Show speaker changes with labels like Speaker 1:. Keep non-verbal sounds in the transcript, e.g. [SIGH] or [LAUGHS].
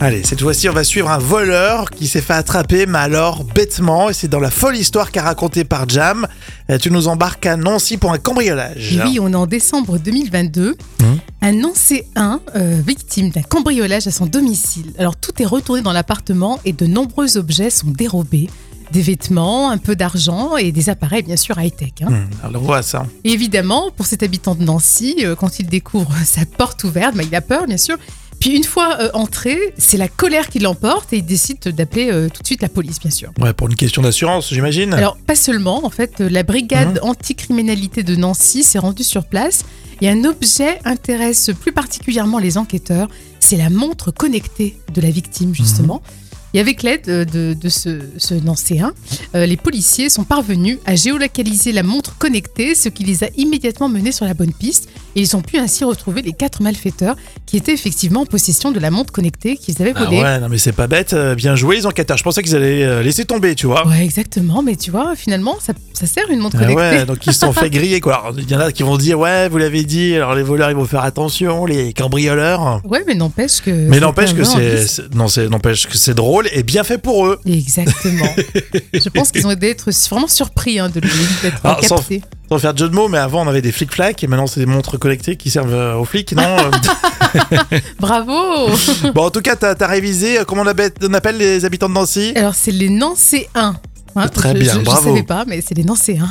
Speaker 1: Allez, cette fois-ci, on va suivre un voleur qui s'est fait attraper, mais alors bêtement, et c'est dans la folle histoire qu'a racontée par Jam. Euh, Tu nous embarques à Nancy pour un cambriolage.
Speaker 2: Et oui, on est en décembre 2022.
Speaker 1: Mhm.
Speaker 2: Un Nancéen euh, victime d'un cambriolage à son domicile. Alors tout est retourné dans l'appartement et de nombreux objets sont dérobés. Des vêtements, un peu d'argent et des appareils bien sûr high-tech. hein.
Speaker 1: Hmm, alors on voit ça.
Speaker 2: Et évidemment, pour cet habitant de Nancy, euh, quand il découvre [LAUGHS] sa porte ouverte, bah, il a peur bien sûr. Puis une fois euh, entré, c'est la colère qui l'emporte et il décide d'appeler euh, tout de suite la police bien sûr.
Speaker 1: Ouais, pour une question d'assurance, j'imagine.
Speaker 2: Alors, pas seulement, en fait, euh, la brigade
Speaker 1: Hein
Speaker 2: anticriminalité de Nancy s'est rendue sur place et un objet intéresse plus particulièrement les enquêteurs, c'est la montre connectée de la
Speaker 1: Mhm.
Speaker 2: victime, justement. Et avec l'aide euh, de, de ce, ce Nancéen, euh, les policiers sont parvenus à géolocaliser la montre connectée, ce qui les a immédiatement menés sur la bonne piste. Et ils ont pu ainsi retrouver les quatre malfaiteurs qui étaient effectivement en possession de la montre connectée qu'ils avaient
Speaker 1: Ah
Speaker 2: volée.
Speaker 1: ouais, non mais c'est pas bête, euh, bien joué les enquêteurs. Je pensais qu'ils allaient euh, laisser tomber, tu vois.
Speaker 2: Ouais, exactement, mais tu vois, finalement, ça, ça sert une montre
Speaker 1: Ah
Speaker 2: connectée.
Speaker 1: ouais, donc ils se sont fait griller quoi. Alors, Il y en a qui vont dire ouais, vous l'avez dit, alors les voleurs ils vont faire attention, les cambrioleurs.
Speaker 2: Ouais, mais n'empêche que.
Speaker 1: Mais n'empêche que
Speaker 2: Non,
Speaker 1: c'est
Speaker 2: ils-
Speaker 1: c'est- non, c'est n'empêche que c'est drôle et bien fait pour eux. [LAUGHS]
Speaker 2: Exactement. Je pense qu'ils ont dû être vraiment surpris hein, de le-
Speaker 1: [LAUGHS]
Speaker 2: d'être
Speaker 1: Ah, sans-
Speaker 2: capté.
Speaker 1: Sans faire de jeu de mots, mais avant on avait des flic flacs et maintenant c'est des montres collectées qui servent euh, aux flics, non euh,
Speaker 2: Bravo
Speaker 1: Bon, en tout cas, t'as t'as révisé euh, comment on appelle, on appelle les habitants de Nancy
Speaker 2: Alors, c'est les Nancéens. Hein,
Speaker 1: Très
Speaker 2: je,
Speaker 1: bien,
Speaker 2: je, je
Speaker 1: bravo.
Speaker 2: savais pas, mais c'est les Nancéens.